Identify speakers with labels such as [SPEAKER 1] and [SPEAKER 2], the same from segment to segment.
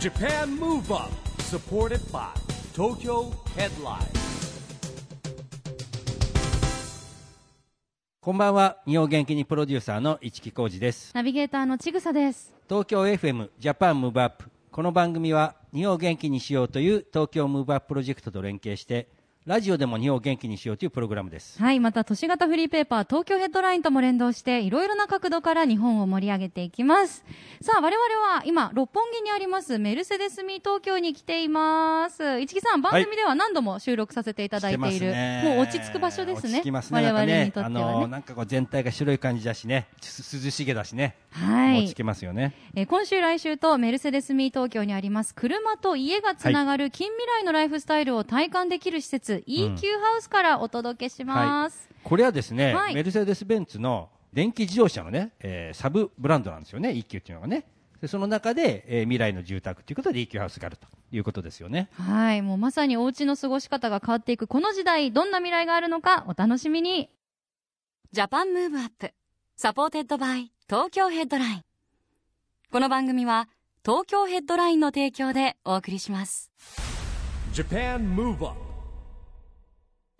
[SPEAKER 1] Japan Move Up supported by Tokyo Headline
[SPEAKER 2] こんばんは日本元気にプロデューサーの市木浩司です
[SPEAKER 3] ナビゲーターのちぐさです。
[SPEAKER 2] 東京 FM ジャパンムーブアップこの番組は日本を元気にしようという東京ムーブアッププロジェクトと連携してラジオでも日本を元気にしようというプログラムです
[SPEAKER 3] はい、また都市型フリーペーパー東京ヘッドラインとも連動して、いろいろな角度から日本を盛り上げていきます。さあ、我々は今、六本木にありますメルセデスミー東京に来ています。市木さん、番組では何度も収録させていただいている、もう落ち着く場所です
[SPEAKER 2] 落
[SPEAKER 3] ね。
[SPEAKER 2] ち着きますね
[SPEAKER 3] 我々にとっ
[SPEAKER 2] なんかねあ
[SPEAKER 3] て
[SPEAKER 2] の
[SPEAKER 3] はね。
[SPEAKER 2] なんかこう全体が白い感じだしねす涼しげだしね、
[SPEAKER 3] はい
[SPEAKER 2] 落ち着きますよね
[SPEAKER 3] えー今週来週とメルセデスミー東京にあります車と家がつながる近未来のライフスタイルを体感できる施設、EQ ハウスからお届けします。
[SPEAKER 2] これはですね、
[SPEAKER 3] はい
[SPEAKER 2] メルセデス・ベンツの電気自動車のね、えーサブブランドなんですよね、EQ っていうのがね。でその中で、えー未来の住宅ということで EQ ハウスがあるということですよね。
[SPEAKER 3] はい。もうまさにお家の過ごし方が変わっていくこの時代、どんな未来があるのかお楽しみに。
[SPEAKER 4] ジャパンムーブアップサポーテッドバイ東京ヘッドラインこの番組は東京ヘッドラインの提供でお送りします
[SPEAKER 1] Japan Move Up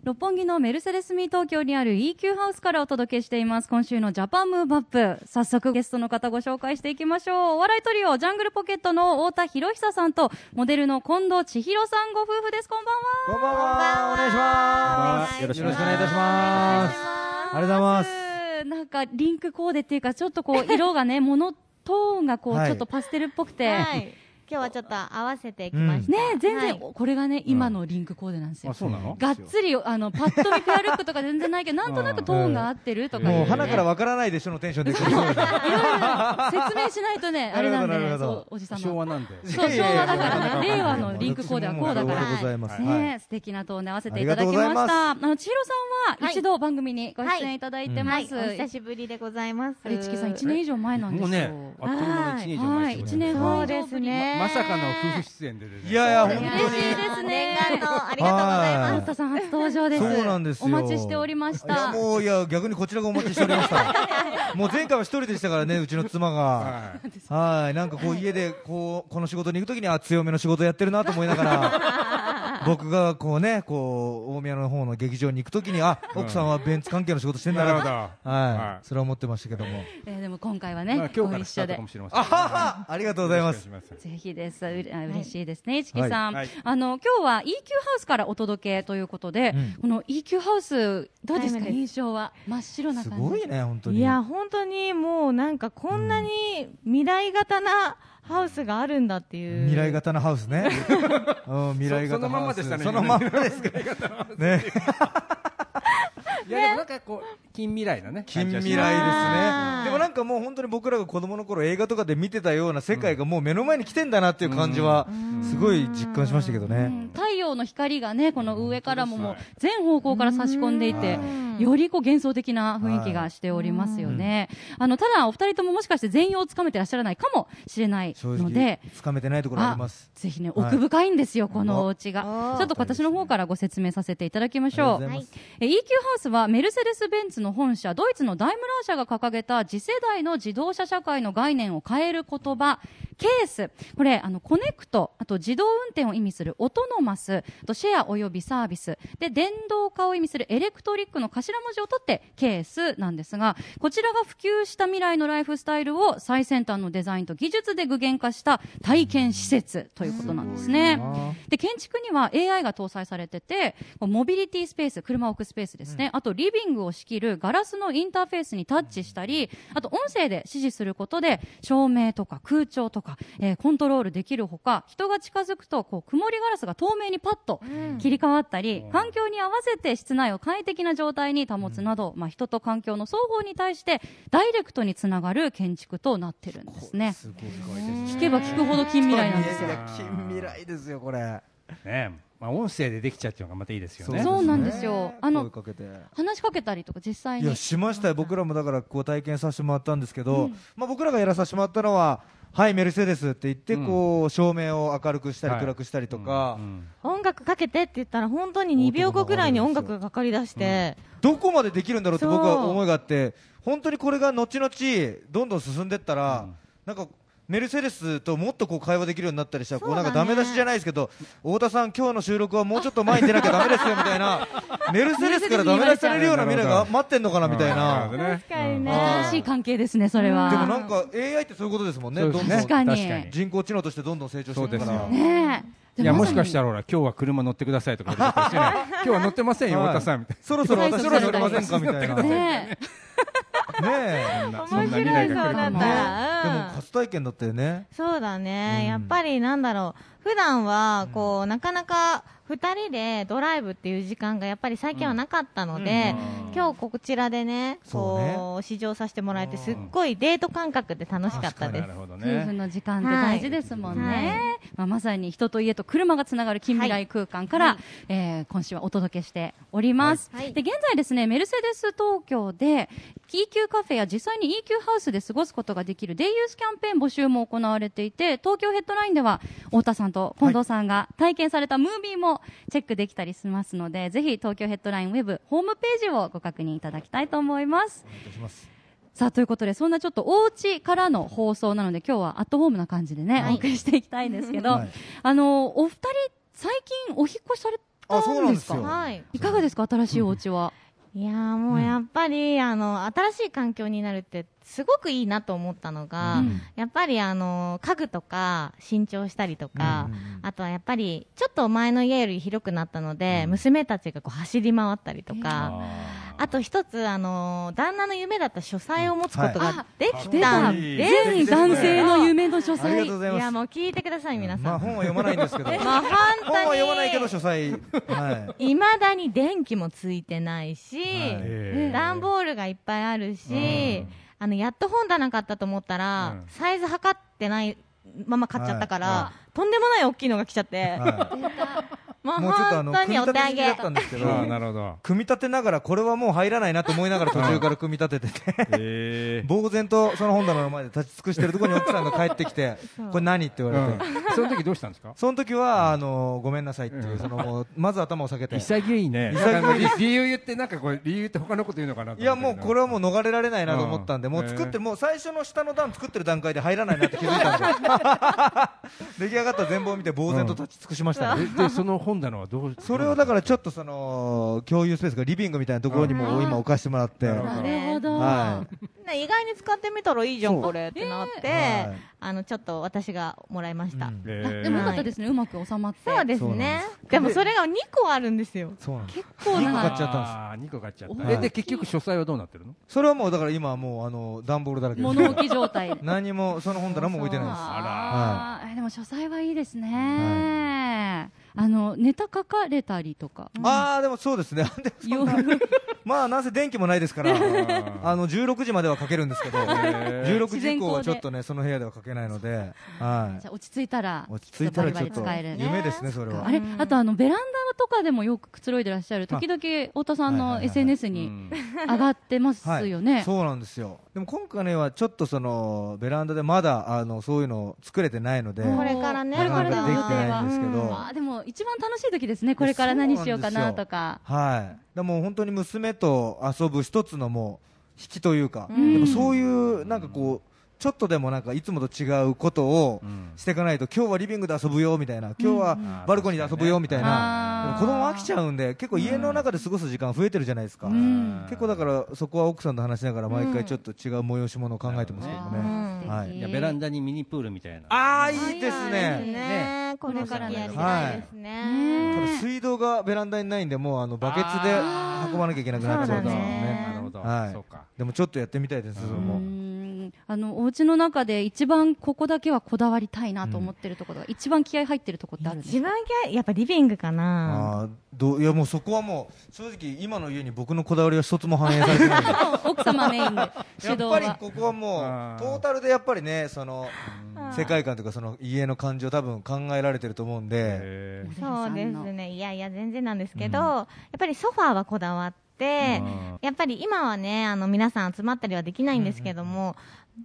[SPEAKER 3] 六本木のメルセデスミー東京にある EQ ハウスからお届けしています。今週のジャパンムーブアップ。早速ゲストの方ご紹介していきましょう。お笑いトリオ、ジャングルポケットの太田博久さんと、モデルの近藤千尋さんご夫婦です。こんばんは。
[SPEAKER 5] こんばんは。お願いしま
[SPEAKER 2] こんばんは
[SPEAKER 5] す。
[SPEAKER 2] よろしくお願いします
[SPEAKER 5] います。ありがとうございます。
[SPEAKER 3] なんかリンクコーデっていうか、ちょっとこう、色がね、モノトーンがこう、
[SPEAKER 5] はい
[SPEAKER 3] ちょっとパステルっぽくて。
[SPEAKER 6] はい、今日はちょっと合わせてきました、
[SPEAKER 3] ね全然、
[SPEAKER 6] はい
[SPEAKER 3] これがね、今のリンクコーデなんですよ。
[SPEAKER 2] そうなの
[SPEAKER 3] がっつり、あの、パッと見ペアルックとか全然ないけど、なんとなくトーンが合ってるとか、
[SPEAKER 5] もう花から
[SPEAKER 3] い
[SPEAKER 5] わからないでしょのテンションで。
[SPEAKER 3] ろいろ 説明しないとね、あれなんで
[SPEAKER 5] な
[SPEAKER 3] ね、
[SPEAKER 5] る
[SPEAKER 3] そ
[SPEAKER 5] ほどなるほど
[SPEAKER 3] う、おじさま。
[SPEAKER 2] 昭和なんで。
[SPEAKER 3] そう、昭和だから ね、
[SPEAKER 2] いやいやいや
[SPEAKER 3] 令和のリンクコーデはこうだか
[SPEAKER 5] ありがとうござ
[SPEAKER 3] ら。
[SPEAKER 5] います。
[SPEAKER 3] ね
[SPEAKER 5] はい
[SPEAKER 3] 素敵なトーンで合わせていただきまし
[SPEAKER 5] ありがとうござ
[SPEAKER 3] た。あの、千尋さんは
[SPEAKER 6] はい
[SPEAKER 3] 一度番組にご出演いただいて
[SPEAKER 6] は
[SPEAKER 3] ま
[SPEAKER 6] い
[SPEAKER 3] す。
[SPEAKER 6] お久しぶりでございます
[SPEAKER 3] あれちきさん1年以上前なんです
[SPEAKER 2] も
[SPEAKER 3] よ。
[SPEAKER 2] うね、あっという間の1年以上
[SPEAKER 3] は
[SPEAKER 2] 前
[SPEAKER 3] い、
[SPEAKER 2] で
[SPEAKER 3] 1
[SPEAKER 2] すよね
[SPEAKER 3] 年
[SPEAKER 6] そ
[SPEAKER 3] 半
[SPEAKER 6] うですね
[SPEAKER 2] ままさかの夫婦出演でね。
[SPEAKER 5] いやいや、
[SPEAKER 6] 嬉
[SPEAKER 5] 本
[SPEAKER 6] し
[SPEAKER 5] 当
[SPEAKER 6] い
[SPEAKER 5] に。
[SPEAKER 6] ですね念願のありがとうござい
[SPEAKER 5] は
[SPEAKER 3] 太田さん初登場です。
[SPEAKER 5] そうなんですよ
[SPEAKER 3] お待ちしておりまし
[SPEAKER 5] い。いや
[SPEAKER 3] た。
[SPEAKER 5] もういや逆にこちらがお待ちしておりました。もう前回は一人でしたからねうちの妻が。
[SPEAKER 2] はい
[SPEAKER 5] はいなんかこう家でこうこの仕事に行くときにあ強めの仕事やってるなと思いながら。僕がこうねこう大宮の方の劇場に行くときにあ奥さんはベンツ関係の仕事してんだ
[SPEAKER 2] なる
[SPEAKER 5] な
[SPEAKER 2] ほど。
[SPEAKER 5] は、
[SPEAKER 2] はい
[SPEAKER 5] それは思ってましたけども。
[SPEAKER 3] えーでも今回は
[SPEAKER 2] ま
[SPEAKER 3] ね
[SPEAKER 2] あ、今日
[SPEAKER 3] ご
[SPEAKER 2] から
[SPEAKER 3] 一
[SPEAKER 2] スタ
[SPEAKER 3] 緒
[SPEAKER 2] ート
[SPEAKER 3] で
[SPEAKER 2] かも。しれません
[SPEAKER 5] あ
[SPEAKER 2] ね。
[SPEAKER 5] ははありがとうございます。
[SPEAKER 2] よろしくお願いします。
[SPEAKER 3] ぜひです。うれあ嬉しいですね、市木さん。
[SPEAKER 2] はい
[SPEAKER 3] あの、今日は EQ ハウスからお届けということで、
[SPEAKER 5] うん
[SPEAKER 3] この EQ ハウス、どうですか、
[SPEAKER 6] タイムリー
[SPEAKER 3] 印象は。真っ白な
[SPEAKER 5] す
[SPEAKER 3] 感じ。
[SPEAKER 5] ごいね、本当に。
[SPEAKER 6] いや本当にもうなんかこんなに未来型なハウスがあるんだっていう
[SPEAKER 5] 未来型のハウス ね。うん、未来
[SPEAKER 2] そその
[SPEAKER 5] 型
[SPEAKER 2] まん
[SPEAKER 5] ハ
[SPEAKER 2] ま
[SPEAKER 5] ウ
[SPEAKER 2] で
[SPEAKER 5] ス。
[SPEAKER 2] したね
[SPEAKER 5] そのまんまですけどね。
[SPEAKER 2] いや、でもなんかこう、近未来なね。
[SPEAKER 5] 近未来ですね。で
[SPEAKER 6] はい
[SPEAKER 5] もなんかもう本当に僕らが子供の頃映画とかで見てたような世界がもう目の前に来てんだなっていう感じは、すごい実感しましたけど
[SPEAKER 3] う
[SPEAKER 5] ね。
[SPEAKER 3] ん太陽の光がね、この上からももう
[SPEAKER 2] 本当
[SPEAKER 3] 全方向から差し込んでいて、よりこう幻想的な雰囲気がしておりますよね。あの、ただお二人とももしかして全容をつかめてらっしゃらないかもしれない
[SPEAKER 5] 正
[SPEAKER 3] の
[SPEAKER 5] 直
[SPEAKER 3] で、、
[SPEAKER 5] つかめてないところあります。
[SPEAKER 3] ぜひね、
[SPEAKER 5] はい
[SPEAKER 3] 奥深いんですよ、このお家が。
[SPEAKER 6] あ
[SPEAKER 3] ちょっと私の方からご説明させていただきまし
[SPEAKER 5] あ
[SPEAKER 3] ょ
[SPEAKER 5] り
[SPEAKER 3] う
[SPEAKER 5] がとうござい。ます
[SPEAKER 3] え EQ ハウスはメルセデス・ベンツの本社、ドイツのダイムラー社が掲げた次世代の自動車社会の概念を変える言葉、ケース。これ、あの、コネクト、あと自動運転を意味するオトノマス、あとシェア及びサービス、で、電動化を意味するエレクトリックの頭文字を取ってケースなんですが、こちらが普及した未来のライフスタイルを最先端のデザインと技術で具現化した体験施設ということなんですね。で建築には AI が搭載されててこうモビリティスペース車を置くスペースですね、あとリビングを仕切るガラスのインターフェースにタッチしたりあと音声で指示することで照明とか空調とか、えーコントロールできるほか人が近づくとこう曇りガラスが透明にパッと切り替わったり、環境に合わせて室内を快適な状態に保つなど、まあ、人と環境の双方に対してダイレクトにつながる建築となってるんですね。
[SPEAKER 5] すごいです
[SPEAKER 3] 聞けば聞くほど近未来なんですよ。
[SPEAKER 5] 近未来ですよ、これ。
[SPEAKER 2] ね。まあ、音声でできちゃうっていうのがまたいいですよね。
[SPEAKER 3] そうなんですよあの
[SPEAKER 5] 声かけて。
[SPEAKER 3] 話しかけたりとか実際
[SPEAKER 5] い
[SPEAKER 3] に
[SPEAKER 5] やしましたよ、僕らもだからこう体験させてもらったんですけど、まあ、僕らがやらさせてもらったのは、はい、メルセデスって言って
[SPEAKER 2] うん
[SPEAKER 5] こう、照明を明るくしたり、
[SPEAKER 2] はい
[SPEAKER 5] 暗くしたりとか、
[SPEAKER 2] うん
[SPEAKER 6] 音楽かけてって言ったら本当に2秒後ぐらいに音楽がかかりだして、
[SPEAKER 5] どこまでできるんだろうって
[SPEAKER 6] そう
[SPEAKER 5] 僕は思いがあって、本当にこれが後々、どんどん進んでったら、なんかメルセデスともっとこう会話できるようになったりしたら、こう
[SPEAKER 6] そ
[SPEAKER 5] な
[SPEAKER 6] うだ
[SPEAKER 5] ん
[SPEAKER 6] ね
[SPEAKER 5] かダメ出しじゃないですけど、太田さん、今日の収録はもうちょっと前に出なきゃダメですよみたいな、メルセデスからダメ出しされるような未来が待ってんのかなみたいな、で
[SPEAKER 7] るほどね
[SPEAKER 6] 確かにね
[SPEAKER 5] うん
[SPEAKER 3] 新しい関係ですね、それは。
[SPEAKER 5] もなんか AI ってそういうことですもんね、
[SPEAKER 7] そ
[SPEAKER 5] ど
[SPEAKER 7] うんで
[SPEAKER 5] ど
[SPEAKER 7] すね
[SPEAKER 3] 確
[SPEAKER 5] ん
[SPEAKER 3] かに
[SPEAKER 7] 確かに
[SPEAKER 5] 人工知能としてどんどん成長していくか
[SPEAKER 7] そう
[SPEAKER 5] ら
[SPEAKER 7] で。
[SPEAKER 3] ねえ。
[SPEAKER 7] いやもしかした
[SPEAKER 3] ら。
[SPEAKER 7] らほら今日は車乗ってくださいとか言われてたりしてね今日は乗ってませんよ
[SPEAKER 5] はい
[SPEAKER 7] 太田さんみたい
[SPEAKER 5] そろそろ私
[SPEAKER 3] そ
[SPEAKER 5] に
[SPEAKER 3] ろ
[SPEAKER 5] 乗
[SPEAKER 3] そろ
[SPEAKER 5] れませんかみたいな。ね
[SPEAKER 3] ねえ。
[SPEAKER 5] え。
[SPEAKER 7] な
[SPEAKER 6] 面
[SPEAKER 7] そんな
[SPEAKER 6] 白
[SPEAKER 7] 未来
[SPEAKER 6] いそう
[SPEAKER 7] が来る
[SPEAKER 6] だ
[SPEAKER 7] か
[SPEAKER 6] っ
[SPEAKER 7] もね
[SPEAKER 5] でも
[SPEAKER 6] たら、うん
[SPEAKER 5] 初体験だったよね。
[SPEAKER 6] そうだね、
[SPEAKER 5] うん
[SPEAKER 6] やっぱりなんだろう、普段はこう、なかなか2人でドライブっていう時間がやっぱり最近はなかったので、今日こちらでね、
[SPEAKER 5] そうね
[SPEAKER 6] こう試乗させてもらえて、すっごいデート感覚で楽しかったです
[SPEAKER 7] なる。ほど
[SPEAKER 3] 夫婦
[SPEAKER 7] ね
[SPEAKER 3] の時間って大事ですもんね、まあ、まさに人と家と車がつながる近未来空間から、
[SPEAKER 6] はい
[SPEAKER 3] えー今週はお届けしております、
[SPEAKER 6] はい
[SPEAKER 3] で現在ですねメルセデス東京で EQ カフェや実際に EQ ハウスで過ごすことができるデイユースキャンペーン募集も行われていて東京ヘッドラインでは太田さんと近藤さんが体験されたムービーもチェックできたりしますので、ぜひ東京ヘッドラインウェブホームページをご確認いただきたいと思いますさあということでそんなちょっとお家からの放送なので今日はアットホームな感じでね、
[SPEAKER 6] はい
[SPEAKER 3] お送りしていきたいんですけど、
[SPEAKER 5] はい
[SPEAKER 3] あのお二人最近お引っ越しされた
[SPEAKER 5] あそうなんん
[SPEAKER 3] で
[SPEAKER 5] ですす
[SPEAKER 3] か
[SPEAKER 5] よ
[SPEAKER 6] はい
[SPEAKER 3] いかがですか新しいお家は、
[SPEAKER 6] いやーもうやっぱり、あの新しい環境になるってすごくいいなと思ったのが、
[SPEAKER 3] うん
[SPEAKER 6] やっぱりあの家具とか新調したりとか、あとはやっぱりちょっと前の家より広くなったので、娘たちがこう走り回ったりとか、あと一つあの旦那の夢だった書斎を持つことができ
[SPEAKER 3] 出
[SPEAKER 6] た
[SPEAKER 3] た
[SPEAKER 6] んで、
[SPEAKER 3] 全男性の夢の書
[SPEAKER 5] ありが
[SPEAKER 3] 斎
[SPEAKER 5] とうご
[SPEAKER 6] い
[SPEAKER 5] ざい
[SPEAKER 6] や
[SPEAKER 5] ます。
[SPEAKER 6] もう聞いてください皆
[SPEAKER 5] まあ
[SPEAKER 6] さん。
[SPEAKER 5] 本は読まないんですけど。本
[SPEAKER 6] まあ
[SPEAKER 5] は
[SPEAKER 6] 本
[SPEAKER 5] 読まないけ
[SPEAKER 6] 当
[SPEAKER 5] ど
[SPEAKER 6] に
[SPEAKER 5] 書斎。はい。
[SPEAKER 6] いまだに電気もついてないし、
[SPEAKER 7] え
[SPEAKER 6] 段ボールがいっぱいあるし、あのやっと本棚買ったと思ったら、
[SPEAKER 7] うん
[SPEAKER 6] サイズ測ってないまま買っちゃったから、
[SPEAKER 5] はいは
[SPEAKER 6] とんでもない大きいのが来ちゃって、
[SPEAKER 5] は
[SPEAKER 6] も
[SPEAKER 5] い。
[SPEAKER 6] う
[SPEAKER 5] もうちょっとあ
[SPEAKER 6] 本
[SPEAKER 5] の
[SPEAKER 6] 当
[SPEAKER 5] 組み
[SPEAKER 6] にお
[SPEAKER 5] 立て
[SPEAKER 6] 手
[SPEAKER 5] 時期
[SPEAKER 6] 上げ
[SPEAKER 5] だったんですけ
[SPEAKER 7] え
[SPEAKER 5] ど。
[SPEAKER 7] ああなるほど
[SPEAKER 5] 組み立てながらこれはもう入らないなと思いながら途中から組み立ててて
[SPEAKER 7] ええ
[SPEAKER 5] 呆然とその本棚の前で立ち尽くしてるところに奥さんが帰ってきてこれ何って言われて、
[SPEAKER 7] その時どうしたんです か
[SPEAKER 5] その時はあのごめんなさいっていううんそのもうまず頭を下げて
[SPEAKER 7] 潔いね
[SPEAKER 5] 潔い
[SPEAKER 7] なんか理理由言ってなんかこれ理由言って他のこと言うのかなと思ったけど
[SPEAKER 5] いやもうこれはもう逃れられないなと思ったんで、
[SPEAKER 7] うん
[SPEAKER 5] もう作ってる、もう最初の下の段作ってる段階で入らないなって気づいたん で出来上がった全貌を見て呆然と立ち尽くしましたね、
[SPEAKER 7] えでその本棚はどう
[SPEAKER 5] それをだからちょっとその共有スペースがリビングみたいなところにも今置かしてもらって、
[SPEAKER 7] うん
[SPEAKER 5] は
[SPEAKER 3] なるほど、
[SPEAKER 5] は
[SPEAKER 6] ね意外に使ってみたらいいじゃんこれってなって、
[SPEAKER 5] はい
[SPEAKER 6] あのちょっと私がもらいました、
[SPEAKER 5] うん
[SPEAKER 7] え
[SPEAKER 3] あ
[SPEAKER 7] え
[SPEAKER 3] でもよかったですねうまく収まって
[SPEAKER 6] そうです
[SPEAKER 5] そうなん
[SPEAKER 6] ねでもそれが2個あるんですよ
[SPEAKER 5] そうなんです
[SPEAKER 3] 結構
[SPEAKER 5] 二個買
[SPEAKER 3] な
[SPEAKER 5] っちゃったんです
[SPEAKER 7] あー二個買っちゃった
[SPEAKER 5] はい
[SPEAKER 7] えで結局書斎はどうなってるの
[SPEAKER 5] それはもうだから今はもうあの段ボールだらけです
[SPEAKER 3] 物置き状態
[SPEAKER 5] 何もその本棚も置いてないです
[SPEAKER 3] あーえでも書斎はいいですね、あのネタ書かれたりとか
[SPEAKER 5] ああでもそうですね で
[SPEAKER 3] 洋
[SPEAKER 5] も
[SPEAKER 3] 服
[SPEAKER 5] まあなんせ電気もないですからあの16時まではかけるんですけど16時以降はちょっとねその部屋ではかけないので、は
[SPEAKER 3] じゃあ落ち着いたら
[SPEAKER 5] い、落ち着いたらちょっ
[SPEAKER 3] バ
[SPEAKER 5] と
[SPEAKER 3] リバリ使える
[SPEAKER 5] 夢ですねそれは
[SPEAKER 3] あれあとあのベランダとかでもよくくつろいでらっしゃる時々太田さん
[SPEAKER 5] はいはい
[SPEAKER 3] の
[SPEAKER 5] はい
[SPEAKER 3] SNS
[SPEAKER 7] う
[SPEAKER 3] に
[SPEAKER 7] ん
[SPEAKER 3] 上がってますよね、
[SPEAKER 5] そうなんですよでも今回ねはちょっとそのベランダでまだあのそういうの作れてないので
[SPEAKER 3] うん
[SPEAKER 6] これからね
[SPEAKER 5] なか
[SPEAKER 3] これ
[SPEAKER 5] な
[SPEAKER 3] からの
[SPEAKER 5] かで
[SPEAKER 3] 予
[SPEAKER 5] きて
[SPEAKER 3] 定
[SPEAKER 5] な
[SPEAKER 3] はい
[SPEAKER 5] んですけど
[SPEAKER 3] あーでも一番楽しい時ですねこれから何しようかなとか
[SPEAKER 5] はいでも本当に娘と遊ぶ一つのもう引きというか、
[SPEAKER 3] ん
[SPEAKER 5] でもそういうなんかこうちょっとでもなんかいつもと違うことを
[SPEAKER 7] うん
[SPEAKER 5] していかないと、今日はリビングで遊ぶよみたいな今日はバルコニーで遊ぶよみたいな、でも
[SPEAKER 3] あー
[SPEAKER 5] 子供飽きちゃうんで結構家の中で過ごす時間増えてるじゃないですか、
[SPEAKER 3] うん
[SPEAKER 5] 結構だからそこは奥さんと話しながら毎回ちょっと違う催し物を考えてますけどね、
[SPEAKER 3] あー
[SPEAKER 5] はい
[SPEAKER 3] 素敵
[SPEAKER 2] いやベランダにミニプールみたいな
[SPEAKER 5] ああいいです
[SPEAKER 6] ね
[SPEAKER 5] ね
[SPEAKER 6] これからやり
[SPEAKER 5] は
[SPEAKER 6] た
[SPEAKER 5] い
[SPEAKER 6] いですね、
[SPEAKER 5] ただ水道がベランダにないんでもうあのバケツで運ばなきゃいけなくなっちゃうから
[SPEAKER 6] そう
[SPEAKER 7] な
[SPEAKER 6] だ
[SPEAKER 5] ね
[SPEAKER 7] るほど
[SPEAKER 5] はい
[SPEAKER 7] そうか
[SPEAKER 5] でもちょっとやってみたいですそ
[SPEAKER 3] う
[SPEAKER 5] れも
[SPEAKER 3] んあのお家の中で一番ここだけはこだわりたいなと思ってるところが、一番気合入ってるとこってあるんですか
[SPEAKER 6] 一番嫌いやっぱリビングかな
[SPEAKER 5] あーどういやもうそこはもう正直今の家に僕のこだわりは一つも反映されてないや
[SPEAKER 3] 奥様メイン で指導
[SPEAKER 5] っぱり
[SPEAKER 3] は
[SPEAKER 5] ここはも
[SPEAKER 7] あー
[SPEAKER 5] うトータルでやっぱりねその世界観というかその家の感じを多分考えられてると思うんで
[SPEAKER 7] ええ
[SPEAKER 6] そうで
[SPEAKER 3] モデルさ
[SPEAKER 6] す
[SPEAKER 3] んの
[SPEAKER 6] ね、いやいや、全然なんですけど、やっぱりソファーはこだわって、やっぱり今はね、あの皆さん集まったりはできないんですけども、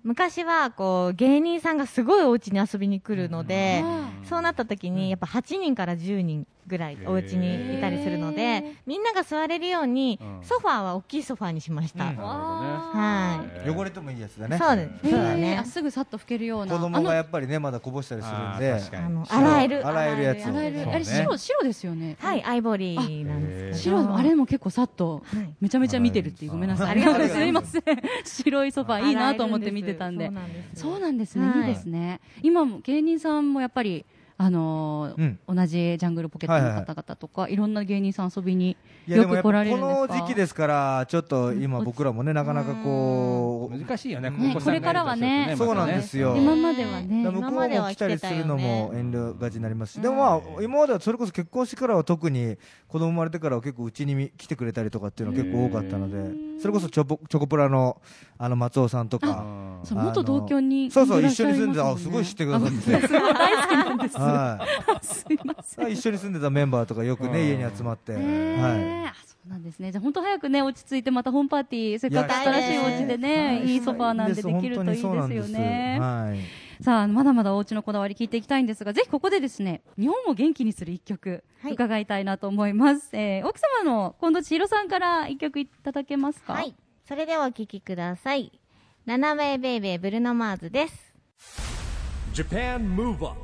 [SPEAKER 6] 昔はこう芸人さんがすごいお家に遊びに来るので、そうなった時に、やっぱ8人から10人ぐらいお家にいたりするの
[SPEAKER 3] へ
[SPEAKER 6] で
[SPEAKER 3] ー
[SPEAKER 6] みんなが座れるように
[SPEAKER 2] うん
[SPEAKER 6] ソファーは大きいソファーにしました、
[SPEAKER 5] うん
[SPEAKER 2] なるほどねえ
[SPEAKER 6] はい
[SPEAKER 2] ー
[SPEAKER 5] 汚れてもいいやつだね
[SPEAKER 6] そうですそうだ
[SPEAKER 3] へー
[SPEAKER 6] ね
[SPEAKER 3] あすぐさっと拭けるよう
[SPEAKER 5] 子
[SPEAKER 3] な
[SPEAKER 5] 供が
[SPEAKER 3] あ
[SPEAKER 5] やっぱりねまだこぼしたりするん
[SPEAKER 7] あー
[SPEAKER 5] で
[SPEAKER 7] 確か
[SPEAKER 6] あ
[SPEAKER 7] に
[SPEAKER 6] の洗
[SPEAKER 5] そ
[SPEAKER 6] え
[SPEAKER 5] う
[SPEAKER 6] る
[SPEAKER 5] 洗えるやつを
[SPEAKER 3] の洗える
[SPEAKER 7] そう
[SPEAKER 3] あれ
[SPEAKER 7] ね
[SPEAKER 3] 白白ですよね
[SPEAKER 6] はいアイボリーなんですけど
[SPEAKER 3] 白あれも結構さっと
[SPEAKER 6] はい
[SPEAKER 3] めちゃめちゃ見てるっていうごめんなさい
[SPEAKER 5] あ
[SPEAKER 3] ありがとう
[SPEAKER 5] あ
[SPEAKER 3] ございます白いソファいいなと思って見てたんで
[SPEAKER 6] 洗えるです
[SPEAKER 3] そ
[SPEAKER 6] そう
[SPEAKER 3] う
[SPEAKER 6] なんです
[SPEAKER 3] なんです
[SPEAKER 6] は
[SPEAKER 3] ね
[SPEAKER 6] い
[SPEAKER 3] いいですね今も芸人さんもやっぱりあのー
[SPEAKER 5] うん
[SPEAKER 3] 同じジャングルポケットの方々とかいろんな芸人さん遊びに
[SPEAKER 5] いやで
[SPEAKER 3] よ
[SPEAKER 5] も
[SPEAKER 3] く来
[SPEAKER 5] やっぱこ
[SPEAKER 3] られるんですか
[SPEAKER 5] の時期ですからちょっと今僕らもねなかなかこう
[SPEAKER 7] 難しいよね、
[SPEAKER 5] ね
[SPEAKER 7] ここさんがいると
[SPEAKER 3] これからはね
[SPEAKER 7] ちょっと
[SPEAKER 5] そうなんですよ
[SPEAKER 3] 今まではね
[SPEAKER 5] だから向こうも来たりするのも遠慮がちになりますしでもまあ今まではそれこそ結婚してからは特に子供生まれてからは結構うちに来てくれたりとかっていうのが結構多かったのでそれこそチョポチョコプラのあの松尾さんとか
[SPEAKER 7] あ
[SPEAKER 3] そう
[SPEAKER 5] あの
[SPEAKER 3] 元同居に
[SPEAKER 5] そうそう
[SPEAKER 3] いらっ
[SPEAKER 5] 一
[SPEAKER 3] しゃ
[SPEAKER 5] 緒
[SPEAKER 3] い
[SPEAKER 5] に
[SPEAKER 3] ます
[SPEAKER 5] 住
[SPEAKER 3] もね
[SPEAKER 5] んでたあすごい知ってくださ って
[SPEAKER 3] すごい大好きなんです
[SPEAKER 5] は
[SPEAKER 3] すいません
[SPEAKER 5] い、一緒に住んでたメンバーとかよく
[SPEAKER 7] うん
[SPEAKER 5] ね家に集まって、は
[SPEAKER 3] ねえあそうなんですね。じゃあ本当早くね落ち着いてまた本パーティーせっかく
[SPEAKER 5] いや
[SPEAKER 3] 新しいお家で
[SPEAKER 5] い、
[SPEAKER 3] ねいいソファーなんでできるといいです
[SPEAKER 5] 本当にそうなん
[SPEAKER 3] よね。
[SPEAKER 5] はい
[SPEAKER 3] さあまだまだお家のこだわり聞いていきたいんですがぜひここでですね日本を元気にする一曲
[SPEAKER 6] はい
[SPEAKER 3] 伺いたいなと思います。えー奥様の近藤千尋さんから一曲いただけますか。
[SPEAKER 6] はい。それではお聴きください。ナナメイベイベーブルノマーズです。
[SPEAKER 1] Japan Move Up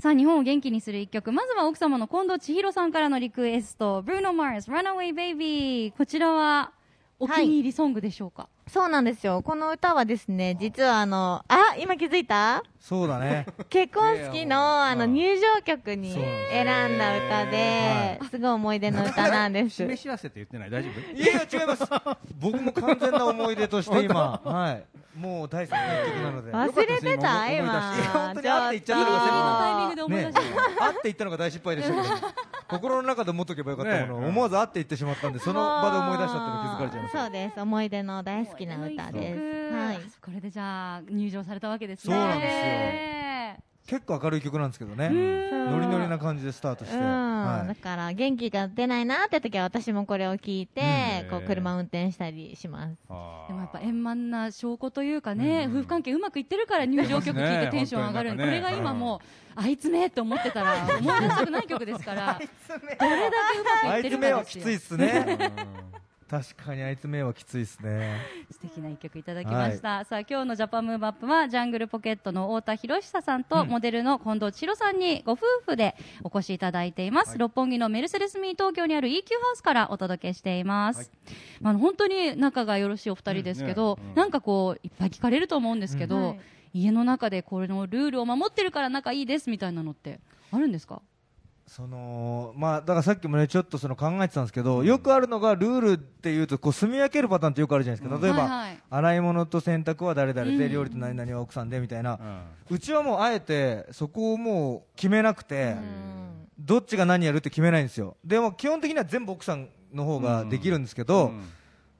[SPEAKER 3] さあ日本を元気にする一曲まずは奥様の近藤千尋さんからのリクエスト「ブルーノ・マーズ Runaway Baby」こちらはお気に入りソングでしょうか、
[SPEAKER 6] そうなんですよ。この歌はですね、実はあの、あ、今気づいた
[SPEAKER 5] そうだね
[SPEAKER 6] 結婚式のあの
[SPEAKER 7] うん
[SPEAKER 6] 入場曲に
[SPEAKER 5] そう
[SPEAKER 6] 選んだ歌で、すごい思い出の歌なん です。
[SPEAKER 7] 示し合わせって言ってない、大丈夫
[SPEAKER 5] いやいや 違います僕も完全な思い出として 今、はい、もう大好きな曲なので
[SPEAKER 6] 忘れてた
[SPEAKER 7] よか
[SPEAKER 6] 今
[SPEAKER 7] ったです。
[SPEAKER 5] 今思い出していや本当にあって言っちゃった
[SPEAKER 3] ギ
[SPEAKER 5] のが
[SPEAKER 3] リギリのタイミングで思い
[SPEAKER 5] ね
[SPEAKER 3] 出した、、
[SPEAKER 5] あって言ったのが大失敗でしたけど 心の中で持っとけばよかったものを
[SPEAKER 7] ね
[SPEAKER 5] 思わずあって言ってしまったんでその場で思い出したっていうの気づかれちゃいました
[SPEAKER 6] そうです。思い出の大好きな歌です。はい。
[SPEAKER 3] これでじゃあ入場されたわけですね
[SPEAKER 5] そうなんですよ結構明るい曲なんですけどねノリノリな感じでスタートして、
[SPEAKER 6] うん、だ
[SPEAKER 5] は
[SPEAKER 6] から元気が出ないなって時は私もこれを聞いて、
[SPEAKER 7] うん
[SPEAKER 6] こう車運転したりします。
[SPEAKER 7] あー
[SPEAKER 3] でもやっぱ円満な証拠というかね、夫婦関係うまくいってるから入場曲聞いてテンション上がる、
[SPEAKER 7] ね
[SPEAKER 3] これが今もう、あいつめって思ってたら思い出したくない曲ですから、どれだけうまく
[SPEAKER 5] い、あ
[SPEAKER 3] いって
[SPEAKER 5] い
[SPEAKER 3] る
[SPEAKER 5] つ
[SPEAKER 3] か
[SPEAKER 5] 目は
[SPEAKER 3] で
[SPEAKER 5] き
[SPEAKER 3] す
[SPEAKER 5] ついっ
[SPEAKER 3] よ
[SPEAKER 5] すね確かにあいつ目はきついっすね
[SPEAKER 3] 素敵な一曲いただきました、さあ今日のジャパンムーブアップはジャングルポケットの太田博久さんとモデルの近藤千尋さんにご夫婦でお越しいただいています、六本木のメルセデスミー東京にある EQ ハウスからお届けしています、まああの本当に仲がよろしいお二人ですけど、
[SPEAKER 7] うんねうん
[SPEAKER 3] なんかこういっぱい聞かれると思うんですけど、
[SPEAKER 6] はい
[SPEAKER 3] 家の中でこれのルールを守ってるから仲いいですみたいなのってあるんですか
[SPEAKER 5] そのまあだからさっきもねちょっとその考えてたんですけど、よくあるのがルールっていうとこう住み分けるパターンってよくあるじゃないですか、例えば、
[SPEAKER 3] はいはい
[SPEAKER 5] 洗い物と洗濯は誰々で、料理と何々は奥さんでみたいな、うちはもうあえてそこをもう決めなくて、
[SPEAKER 6] うん
[SPEAKER 5] どっちが何やるって決めないんですよでも基本的には全部奥さんの方ができるんですけど、だか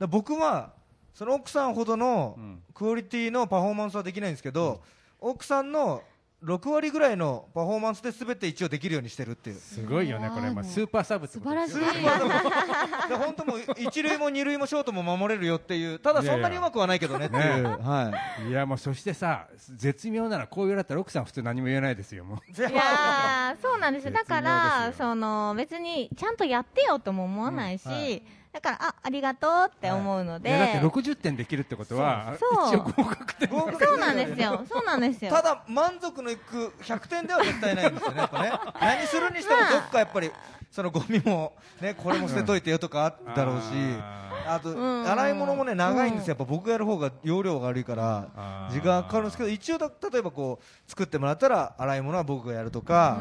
[SPEAKER 5] ら僕はその奥さんほどの
[SPEAKER 7] うん
[SPEAKER 5] クオリティのパフォーマンスはできないんですけど、奥さんの6割ぐらいのパフォーマンスで全て一応できるようにしてるっていう
[SPEAKER 7] すごいよね、これ、まあ、スーパーサブってことです
[SPEAKER 3] 素
[SPEAKER 7] よ
[SPEAKER 3] 晴らしい
[SPEAKER 5] で本当もう一塁も二塁もショートも守れるよっていうただそんなにうまくはないけどねっていう
[SPEAKER 7] いやいや
[SPEAKER 5] はい
[SPEAKER 7] や、もうそしてさ、絶妙ならこう言われたら奥さん普通何も言えないですよ、もう。
[SPEAKER 5] い
[SPEAKER 6] いやーそうなんですよだか
[SPEAKER 7] 絶妙
[SPEAKER 6] ら
[SPEAKER 7] ですよ
[SPEAKER 6] その別にちゃんとやってよとも思わないし、
[SPEAKER 5] うんはい
[SPEAKER 6] だからあありがとうって思うの
[SPEAKER 7] い
[SPEAKER 6] で、
[SPEAKER 7] やだって60点できるってことは、
[SPEAKER 6] そう
[SPEAKER 7] 一応合格点
[SPEAKER 5] 合格
[SPEAKER 6] そうなんですよそうなんですよ
[SPEAKER 5] ただ満足のいく100点では絶対ないんですよね、やっぱね何するにしてもどっかやっぱりそのゴミも、ね、これも捨てといてよとかあったろうし、
[SPEAKER 7] あ
[SPEAKER 5] あと
[SPEAKER 6] ん
[SPEAKER 5] 洗い物もね長いんですよ、やっぱ僕がやる方が容量が悪いから
[SPEAKER 7] あー
[SPEAKER 5] 時間かかるんですけど、一応だ、例えばこう作ってもらったら洗い物は僕がやるとか、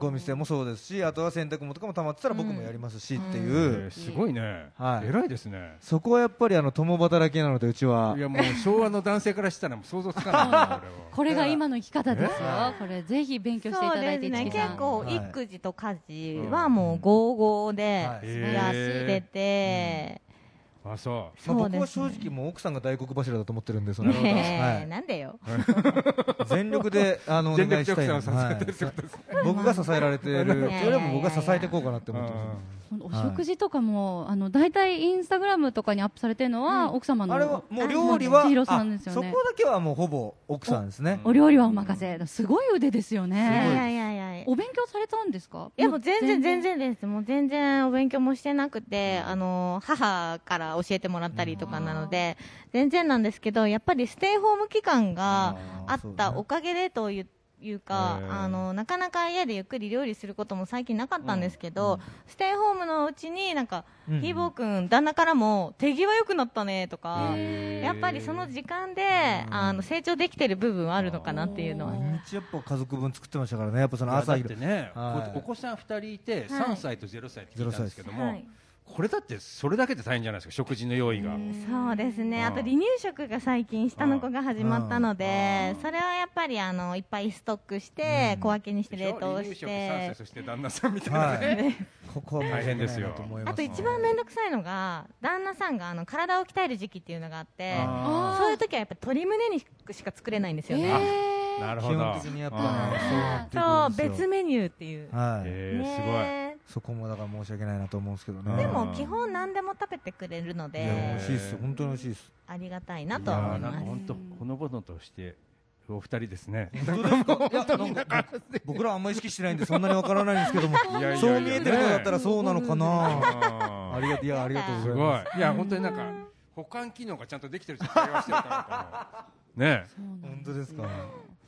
[SPEAKER 5] ゴミ捨てもそうですし、あとは洗濯物とかも溜まってたら僕もやりますしっていう。
[SPEAKER 7] えーすごいね、
[SPEAKER 5] はい
[SPEAKER 7] 偉いですね。
[SPEAKER 5] そこはやっぱりあの共働きなのでうちはい
[SPEAKER 7] やもう昭和の男性からしたらもう想像つか ないな
[SPEAKER 3] これが今の生き方ですよこれぜひ勉強していた
[SPEAKER 6] そう
[SPEAKER 3] だい
[SPEAKER 6] で
[SPEAKER 3] て
[SPEAKER 6] す
[SPEAKER 3] 一
[SPEAKER 6] ね
[SPEAKER 3] 木
[SPEAKER 6] 結
[SPEAKER 3] さん
[SPEAKER 6] 構
[SPEAKER 5] はい
[SPEAKER 6] 育児と家事はもう合々で
[SPEAKER 5] はい
[SPEAKER 6] やってて、
[SPEAKER 7] あそ
[SPEAKER 5] まあ
[SPEAKER 6] そう
[SPEAKER 5] 僕
[SPEAKER 6] で
[SPEAKER 5] は
[SPEAKER 6] すね
[SPEAKER 5] 正直もう奥さんが大黒柱だと思ってるんでその
[SPEAKER 7] なるほど
[SPEAKER 6] ねえ
[SPEAKER 5] は
[SPEAKER 6] なんでよ。
[SPEAKER 5] い、全力であの
[SPEAKER 7] う
[SPEAKER 5] お
[SPEAKER 7] 全
[SPEAKER 5] 願い
[SPEAKER 7] 力
[SPEAKER 5] し
[SPEAKER 7] 直
[SPEAKER 5] たい
[SPEAKER 7] 線
[SPEAKER 5] な
[SPEAKER 7] を支えてるって
[SPEAKER 5] は
[SPEAKER 7] ことですね
[SPEAKER 5] い僕が支えられている
[SPEAKER 6] いやいやいやいや
[SPEAKER 5] それよりも僕が支えていこうかなって
[SPEAKER 7] うん
[SPEAKER 5] 思ってま
[SPEAKER 3] お食事とかも、あの大体インスタグラムとかにアップされてるのは、奥様
[SPEAKER 5] す
[SPEAKER 3] の
[SPEAKER 5] あれはもう料理は
[SPEAKER 3] 千尋さ
[SPEAKER 5] あ
[SPEAKER 3] んですよ
[SPEAKER 5] そこ
[SPEAKER 3] ね
[SPEAKER 5] だけはもうほぼ奥さんですね
[SPEAKER 3] お料理はお任せすごい腕ですよ
[SPEAKER 6] いやい
[SPEAKER 3] ね
[SPEAKER 6] やいやいや。
[SPEAKER 3] お勉強されたんですか
[SPEAKER 6] いやもう全然全然です。もう全然お勉強もしてなくて、あの、母から教えてもらったりとかなので、全然なんですけど、やっぱりステイホーム期間があ
[SPEAKER 5] ーそう
[SPEAKER 6] っ
[SPEAKER 5] だ
[SPEAKER 6] た
[SPEAKER 5] ね
[SPEAKER 6] おかげでという、いうか
[SPEAKER 7] へ、ー
[SPEAKER 6] あの、なかなか家でゆっくり料理することも最近なかったんですけど、ステイホームのうちになんか、
[SPEAKER 5] うん
[SPEAKER 6] ひーぼーくん、旦那からも手際良くなったねとか、やっぱりその時間で、あの、成長できてる部分はあるのかなっていうのは。
[SPEAKER 5] 毎日やっぱ家族分作ってましたからねやっぱその
[SPEAKER 7] 朝
[SPEAKER 5] 朝
[SPEAKER 7] っ
[SPEAKER 5] 昼
[SPEAKER 7] てね、
[SPEAKER 5] はい
[SPEAKER 7] おお子さん2人いて
[SPEAKER 6] はい
[SPEAKER 7] 3歳と0歳って聞いたんですけども、
[SPEAKER 6] はい
[SPEAKER 7] これだってそれだけで大変じゃないですか食事の用意が、
[SPEAKER 6] そうですね、あと
[SPEAKER 7] うん
[SPEAKER 6] 離乳食が最近、下の子が始まったので、それはやっぱりあのいっぱいストックして、小分けにして冷凍し
[SPEAKER 7] 離乳食3
[SPEAKER 6] て
[SPEAKER 7] 歳、そして旦那さんみたいなね、
[SPEAKER 5] はいここは申し訳ないなと思い
[SPEAKER 6] あ
[SPEAKER 5] ま
[SPEAKER 6] と
[SPEAKER 5] す
[SPEAKER 6] 一番面倒くさいのが、旦那さんがあの体を鍛える時期っていうのがあって、
[SPEAKER 7] あ
[SPEAKER 6] そういう時はやっぱ鶏胸肉しか作れないんですよね、
[SPEAKER 7] ーなる
[SPEAKER 5] 基
[SPEAKER 7] ほど
[SPEAKER 5] 本的にやっぱ
[SPEAKER 7] あ
[SPEAKER 5] そうなってく
[SPEAKER 6] そ
[SPEAKER 5] る
[SPEAKER 6] う、
[SPEAKER 5] んですよ
[SPEAKER 6] 別メニューっていう。
[SPEAKER 5] はい、
[SPEAKER 7] えー
[SPEAKER 6] ね
[SPEAKER 5] そこもだから申し訳ないなと思うんですけどね
[SPEAKER 7] ー
[SPEAKER 6] でも基本何でも食べてくれるの
[SPEAKER 5] いや美
[SPEAKER 6] で
[SPEAKER 5] 味しいっすよ本当に美味しいっす
[SPEAKER 6] ありがたいな
[SPEAKER 7] す
[SPEAKER 6] と
[SPEAKER 7] ごい
[SPEAKER 6] は思
[SPEAKER 7] やー
[SPEAKER 6] い
[SPEAKER 7] なんか
[SPEAKER 6] ます
[SPEAKER 7] 本当ほのぼのとしてお二人ですね
[SPEAKER 5] いやなんか 僕らあんま意識してないんでそんなにわからないんですけども
[SPEAKER 7] いやいやいや
[SPEAKER 5] そう見えてる人だったらそうなのかな
[SPEAKER 7] あ
[SPEAKER 5] ありがといやありがとう
[SPEAKER 7] す
[SPEAKER 5] ござい
[SPEAKER 7] ご
[SPEAKER 5] ま
[SPEAKER 7] いいや本当になんか保管機能がちゃんとできてるじゃん会話してるからねえ
[SPEAKER 5] す本当ですか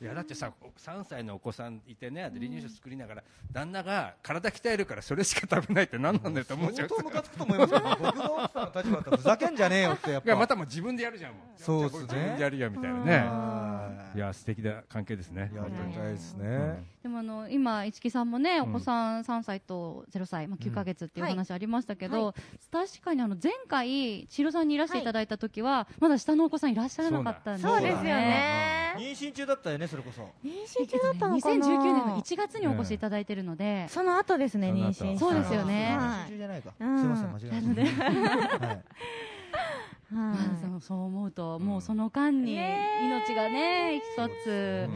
[SPEAKER 7] いやだってさ3歳のお子さんいてねで離乳食作りながら旦那が体鍛えるからそれしか食べないって何なんだよって思っちゃ
[SPEAKER 5] 相
[SPEAKER 7] う
[SPEAKER 5] 当ムカつくと思いますけどね僕の奥さんの立場だったらふざけんじゃねえよってやっ
[SPEAKER 7] いやま
[SPEAKER 5] ぱ
[SPEAKER 7] たもう自分でやるじゃんもう
[SPEAKER 5] そうっすね
[SPEAKER 7] じゃあこれ自分でやるよみたいなね
[SPEAKER 5] はい
[SPEAKER 7] いや素敵な関係ですね
[SPEAKER 5] いやありがたいですね
[SPEAKER 3] でもあの今、市木さんもねお
[SPEAKER 7] ん
[SPEAKER 3] 子さん3歳と0歳、まあ、9ヶ月っていうお
[SPEAKER 6] はい
[SPEAKER 3] 話ありましたけど、確かにあの前回、千尋さんにいらしていただいた時は、まだ下のお子さんいらっしゃらなかったんです
[SPEAKER 6] そ
[SPEAKER 3] よ
[SPEAKER 6] うですよ
[SPEAKER 3] ね。
[SPEAKER 6] ね。
[SPEAKER 5] 妊娠中だったよねそれこそ
[SPEAKER 6] 妊娠中だったのかな
[SPEAKER 3] 2019年の1月にお越しいただいてるので、
[SPEAKER 6] その後ですね、
[SPEAKER 7] その後
[SPEAKER 6] 妊娠
[SPEAKER 3] そうですよね
[SPEAKER 5] 妊娠
[SPEAKER 6] は
[SPEAKER 5] 中じゃないかすい
[SPEAKER 6] うん
[SPEAKER 5] ません間違えましたはい
[SPEAKER 6] い。は
[SPEAKER 3] まあそ
[SPEAKER 6] い。
[SPEAKER 3] うそう思うと、もうその間に命がね、一つ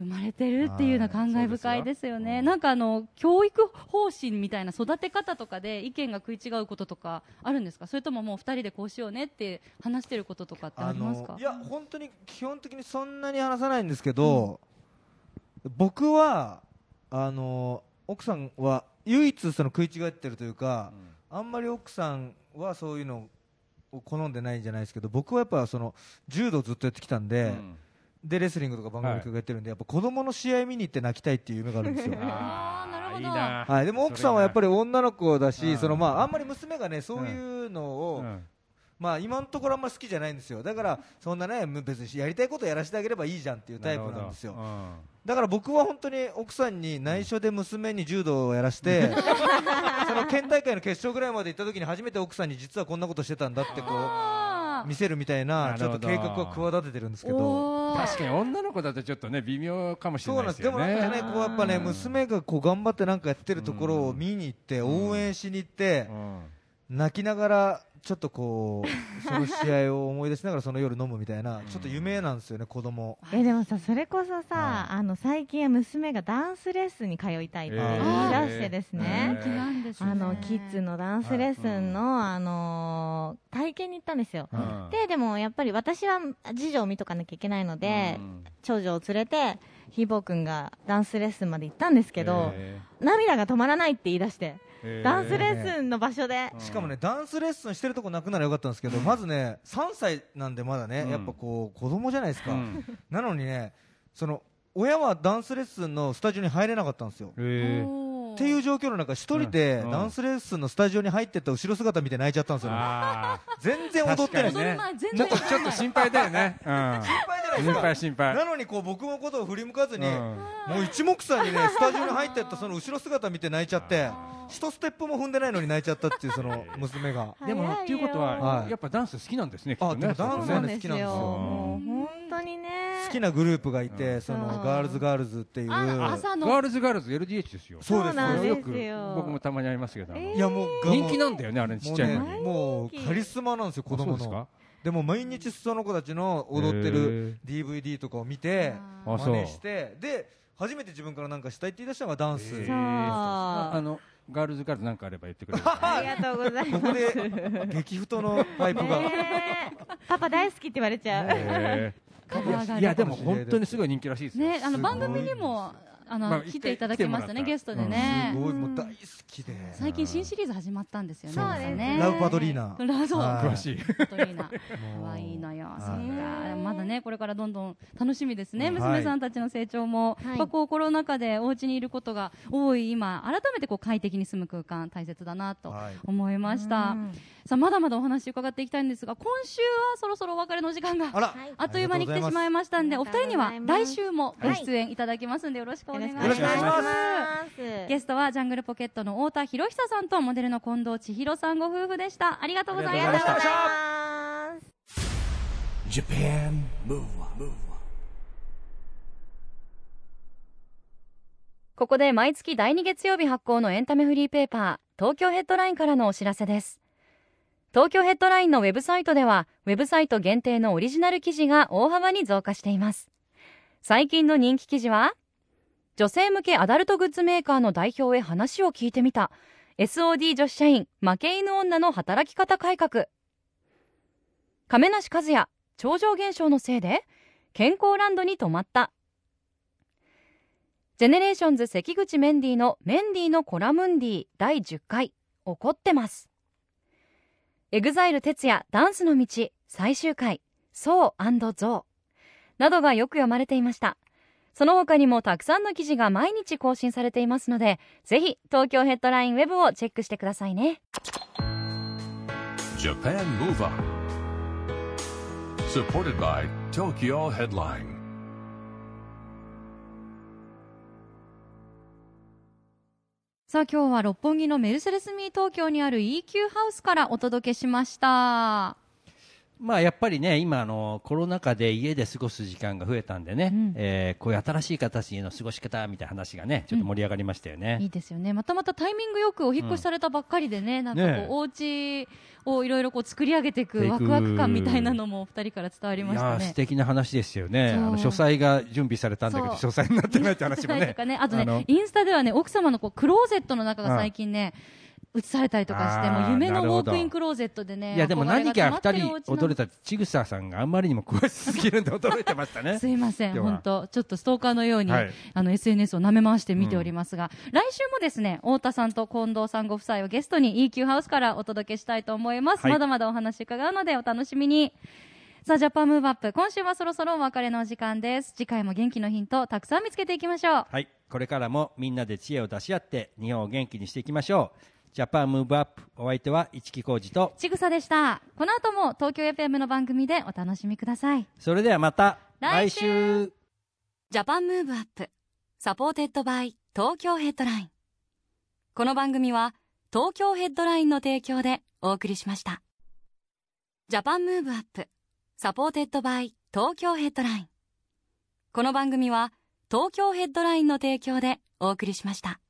[SPEAKER 3] 生まれてるっていうのは感慨深いですよね、なんかあの教育方針みたいな育て方とかで意見が食い違うこととかあるんですか、それとももう二人でこうしようねって話してることとかってありますか
[SPEAKER 5] い。や本当に基本的にそんなに話さないんですけど、僕はあの奥さんは唯一その食い違ってるというか、あんまり奥さんはそういうのを好んでないんじゃないですけど僕はやっぱその柔道ずっとやってきたんで、でレスリングとか番組とかやってるんで、やっぱ子供の試合見に行って泣きたいっていう夢があるんで すよ。
[SPEAKER 7] あ
[SPEAKER 3] ーなるほど
[SPEAKER 7] いいな
[SPEAKER 5] はい、でも奥さんはやっぱ
[SPEAKER 7] り
[SPEAKER 5] り女の子だし、
[SPEAKER 7] うん
[SPEAKER 5] そのまあ、あんまり娘がねそういうのを、まあ今のところあんまり好きじゃないんですよだからそんなねむ別にやりたいことやらせてあげればいいじゃんっていうタイプなんですよだから僕は本当に奥さんに内緒で娘に柔道をやらせてその県大会の決勝ぐらいまで行った時に初めて奥さんに実はこんなことしてたんだってこう見せるみたいな
[SPEAKER 7] な
[SPEAKER 5] ち
[SPEAKER 7] る
[SPEAKER 5] ょ
[SPEAKER 7] ほ
[SPEAKER 5] っと
[SPEAKER 7] ど
[SPEAKER 5] 計画を企ててるんですけど
[SPEAKER 3] おー
[SPEAKER 7] 確かに女の子だとちょっとね微妙かもし
[SPEAKER 5] そ
[SPEAKER 7] れ
[SPEAKER 5] う
[SPEAKER 7] な
[SPEAKER 5] ないん
[SPEAKER 7] で
[SPEAKER 5] ですすで
[SPEAKER 7] よ
[SPEAKER 5] もなんかね
[SPEAKER 7] ね
[SPEAKER 5] こうやっぱね娘がこう頑張ってなんかやってるところを見に行って応援しに行って
[SPEAKER 7] うん
[SPEAKER 5] 泣きながらちょっと こうその試合を思い出しながらその夜飲むみたいなちょっと夢なんですよね子供
[SPEAKER 6] え、でもさ、それこそさ、あの、最近は娘がダンスレッスンに通いたいって言い出してですね。
[SPEAKER 3] 人気なんですね
[SPEAKER 6] あの、キッズのダンスレッスンの、あのー、体験に行ったんですよ。
[SPEAKER 7] うん
[SPEAKER 6] で、でもやっぱり私は次女を見とかなきゃいけないので
[SPEAKER 7] うん、
[SPEAKER 6] 長女を連れて、ひーぼーくんがダンスレッスンまで行ったんですけど、
[SPEAKER 7] へ
[SPEAKER 6] 涙が止まらないって言い出して、
[SPEAKER 7] ー
[SPEAKER 6] ダンスレッスンの場所で、
[SPEAKER 5] しかもねダンスレッスンしてるとこなくならよかったんですけどまずね3歳なんでまだね、
[SPEAKER 7] うん
[SPEAKER 5] やっぱこう子供じゃないですか、
[SPEAKER 7] うん
[SPEAKER 5] なのにねその親はダンスレッスンのスタジオに入れなかったんですよ、
[SPEAKER 7] へー
[SPEAKER 5] っていう状況の中一人で
[SPEAKER 7] うん
[SPEAKER 5] ダンスレッスンのスタジオに入ってった後ろ姿見て泣いちゃったんですよ、
[SPEAKER 7] あー
[SPEAKER 5] 全然踊ってな
[SPEAKER 7] 確か
[SPEAKER 5] い
[SPEAKER 7] にね
[SPEAKER 3] まあ全
[SPEAKER 7] ちょ
[SPEAKER 3] 然
[SPEAKER 7] っとちょっと心配だよねうん
[SPEAKER 5] 心配じゃな
[SPEAKER 7] 心
[SPEAKER 5] いです
[SPEAKER 7] 配
[SPEAKER 5] か。
[SPEAKER 7] 心配
[SPEAKER 5] なのにこう僕のことを振り向かずに、
[SPEAKER 7] うん
[SPEAKER 5] もう一目散にねスタジオに入ってったその後ろ姿見て泣いちゃって一ステップも踏んでないのに泣いちゃったっ ていうその娘が
[SPEAKER 7] でもっていうこと
[SPEAKER 5] は
[SPEAKER 7] はいやっぱダンス好きなんですねきっ
[SPEAKER 5] あ
[SPEAKER 7] と
[SPEAKER 5] で
[SPEAKER 7] ね
[SPEAKER 5] もダンス
[SPEAKER 6] そ
[SPEAKER 5] が
[SPEAKER 6] う
[SPEAKER 5] ね
[SPEAKER 6] で
[SPEAKER 5] 好
[SPEAKER 6] す
[SPEAKER 5] き
[SPEAKER 6] よ
[SPEAKER 5] なんですよ
[SPEAKER 6] もう本当にね
[SPEAKER 5] 好きなグループがいてその
[SPEAKER 6] そう
[SPEAKER 5] ガールズガールズっていう
[SPEAKER 3] あ朝
[SPEAKER 7] ガ
[SPEAKER 3] の
[SPEAKER 7] ールズガールズ LDH ですよ
[SPEAKER 5] そうです
[SPEAKER 6] なん
[SPEAKER 5] よ
[SPEAKER 6] で
[SPEAKER 7] よ
[SPEAKER 6] す
[SPEAKER 7] く
[SPEAKER 6] よ
[SPEAKER 7] 僕もたまに会いますけどあの
[SPEAKER 5] いやもうが
[SPEAKER 7] 人気なんだよねあれちっ
[SPEAKER 5] もう
[SPEAKER 7] ちゃい
[SPEAKER 5] ね
[SPEAKER 7] のに
[SPEAKER 5] もうカリスマなんですよ子供
[SPEAKER 7] あそうです
[SPEAKER 5] の
[SPEAKER 7] か
[SPEAKER 5] でも毎日その子たちの踊ってる DVD とかを見て
[SPEAKER 7] あ
[SPEAKER 5] 真
[SPEAKER 7] そう
[SPEAKER 5] 似してで初めて自分からなんかしたいって言い出したのがダンス
[SPEAKER 7] へ
[SPEAKER 6] そう
[SPEAKER 7] あ
[SPEAKER 6] あ
[SPEAKER 7] のガールズガールズなんかあれば言って くれるあ
[SPEAKER 6] りがとうござい
[SPEAKER 5] こ
[SPEAKER 6] ます
[SPEAKER 5] こで激太のパイプが
[SPEAKER 6] ねえパパ大好きって言われちゃう、
[SPEAKER 7] へ
[SPEAKER 3] カバーが
[SPEAKER 7] ー
[SPEAKER 3] ある
[SPEAKER 7] いやでも本当にすごい人気らしいですよ
[SPEAKER 3] ね、あ
[SPEAKER 5] すご
[SPEAKER 3] の
[SPEAKER 5] い
[SPEAKER 3] 番組にもあの、
[SPEAKER 7] まあ
[SPEAKER 3] 来ていただきましたね
[SPEAKER 7] 一回
[SPEAKER 3] ゲストでね
[SPEAKER 5] す、ごいもう大好きで
[SPEAKER 3] 最近新シリーズ始まったんですよね
[SPEAKER 6] そうですね
[SPEAKER 5] ラブパドリーナ
[SPEAKER 3] ラゾ
[SPEAKER 5] は
[SPEAKER 3] ー
[SPEAKER 7] 詳しい
[SPEAKER 3] ントリーナ可愛いのよそっかまだねこれからどんどん楽しみですね、
[SPEAKER 5] はい
[SPEAKER 3] 娘さんたちの成長も、
[SPEAKER 6] はい
[SPEAKER 3] やっぱこうコロナ禍でお家にいることが多い今改めてこう快適に住む空間大切だなと
[SPEAKER 5] はい
[SPEAKER 3] 思いました、
[SPEAKER 6] うん
[SPEAKER 3] さあまだまだお話伺っていきたいんですが今週はそろそろお別れの時間が
[SPEAKER 5] あら
[SPEAKER 6] い
[SPEAKER 3] あっという間に来てしまいましたんで、
[SPEAKER 6] あ
[SPEAKER 3] お
[SPEAKER 6] り
[SPEAKER 3] 二
[SPEAKER 6] がとう
[SPEAKER 3] 人に
[SPEAKER 6] ござ
[SPEAKER 3] はい
[SPEAKER 6] ま
[SPEAKER 3] 来
[SPEAKER 6] す
[SPEAKER 3] 週もご出演いただきますんで、よろしくお願いします。
[SPEAKER 5] よろしくお願いし
[SPEAKER 6] す
[SPEAKER 3] ゲストはジャングルポケットの太田博久さんとモデルの近藤千尋さんご夫婦でした。ありがとうございました。
[SPEAKER 6] ありがとうございます。
[SPEAKER 1] Japan Move Up, Move Up.
[SPEAKER 4] ここで毎月第2月曜日発行のエンタメフリーペーパー、東京ヘッドラインからのお知らせです。東京ヘッドラインのウェブサイトでは、ウェブサイト限定のオリジナル記事が大幅に増加しています。最近の人気記事は、女性向けアダルトグッズメーカーの代表へ話を聞いてみた、SOD 女子社員、負け犬女の働き方改革。亀梨和也、超常現象のせいで、健康ランドに泊まった。ジェネレーションズ関口メンディーのメンディーのコラムンディー第10回怒ってます。エグザイル哲也ダンスの道最終回そうゾウなどがよく読まれていました。その他にもたくさんの記事が毎日更新されていますので、ぜひ東京ヘッドラインウェブをチェックしてくださいね。
[SPEAKER 8] Japan Move Up. Supported by Tokyo Headline.
[SPEAKER 3] さあ今日は六本木のメルセデスミー東京にある EQ ハウスからお届けしました。
[SPEAKER 2] まあやっぱりね、今あの、コロナ禍で家で過ごす時間が増えたんでね、えーこういう新しい形の過ごし方みたいな話がね、ちょっと盛り上がりましたよね。
[SPEAKER 3] いいですよね。またまたタイミングよくお引っ越しされたばっかりでね、なんかこう、
[SPEAKER 2] ねえ
[SPEAKER 3] お家をいろいろこう作り上げてい
[SPEAKER 2] て
[SPEAKER 3] く
[SPEAKER 2] いく
[SPEAKER 3] ワクワク感みたいなのもお二人から伝わり
[SPEAKER 2] い
[SPEAKER 3] まし
[SPEAKER 2] や
[SPEAKER 3] た
[SPEAKER 2] ー
[SPEAKER 3] ね
[SPEAKER 2] 素。敵な話ですよね、あ
[SPEAKER 3] そう
[SPEAKER 2] の書斎が準備されたんだけど、
[SPEAKER 3] そ
[SPEAKER 2] 書斎になってないって話も
[SPEAKER 3] 世代と
[SPEAKER 2] ね、
[SPEAKER 3] かね、あと
[SPEAKER 2] あの
[SPEAKER 3] ね、インスタではね、奥様のこうクローゼットの中が最近ね、映されたりとかして、
[SPEAKER 2] あー
[SPEAKER 3] もう夢の
[SPEAKER 2] なる
[SPEAKER 3] ウォ
[SPEAKER 2] ほ
[SPEAKER 3] ー
[SPEAKER 2] ど
[SPEAKER 3] クインクローゼットでね、
[SPEAKER 2] いやでも何か
[SPEAKER 3] 憧れが
[SPEAKER 2] 2人
[SPEAKER 3] 溜まって
[SPEAKER 2] 踊
[SPEAKER 3] るお家な
[SPEAKER 2] れ
[SPEAKER 3] んで
[SPEAKER 2] たちぐささんがあんまりにも詳しすぎるんで驚いてました ね
[SPEAKER 3] す。いません、
[SPEAKER 2] では
[SPEAKER 3] 本当、ちょっとストーカーのように、
[SPEAKER 2] はい
[SPEAKER 3] あの SNS を舐め回して見ておりますが、来週もですね、太田さんと近藤さんご夫妻をゲストに EQ ハウスからお届けしたいと思います。
[SPEAKER 2] はい
[SPEAKER 3] まだまだお話伺うのでお楽しみに。さあ、ジャパンムーブアップ、今週はそろそろお別れのお時間です。次回も元気のヒント、たくさん見つけていきましょう。
[SPEAKER 2] はい、これからもみんなで知恵を出し合って日本を元気にしていきましょう。ジャパンムーブアップお相手は市木浩二と
[SPEAKER 3] ちぐさでした。この後も東京 FM の番組でお楽しみください。
[SPEAKER 2] それではまた
[SPEAKER 3] 来
[SPEAKER 2] 来
[SPEAKER 3] 週
[SPEAKER 2] 週
[SPEAKER 4] ジャパンムーブアップサポーテッドバイ東京ヘッドラインこの番組は東京ヘッドラインの提供でお送りしましたジャパンムーブアップサポーテッドバイ東京ヘッドラインこの番組は東京ヘッドラインの提供でお送りしました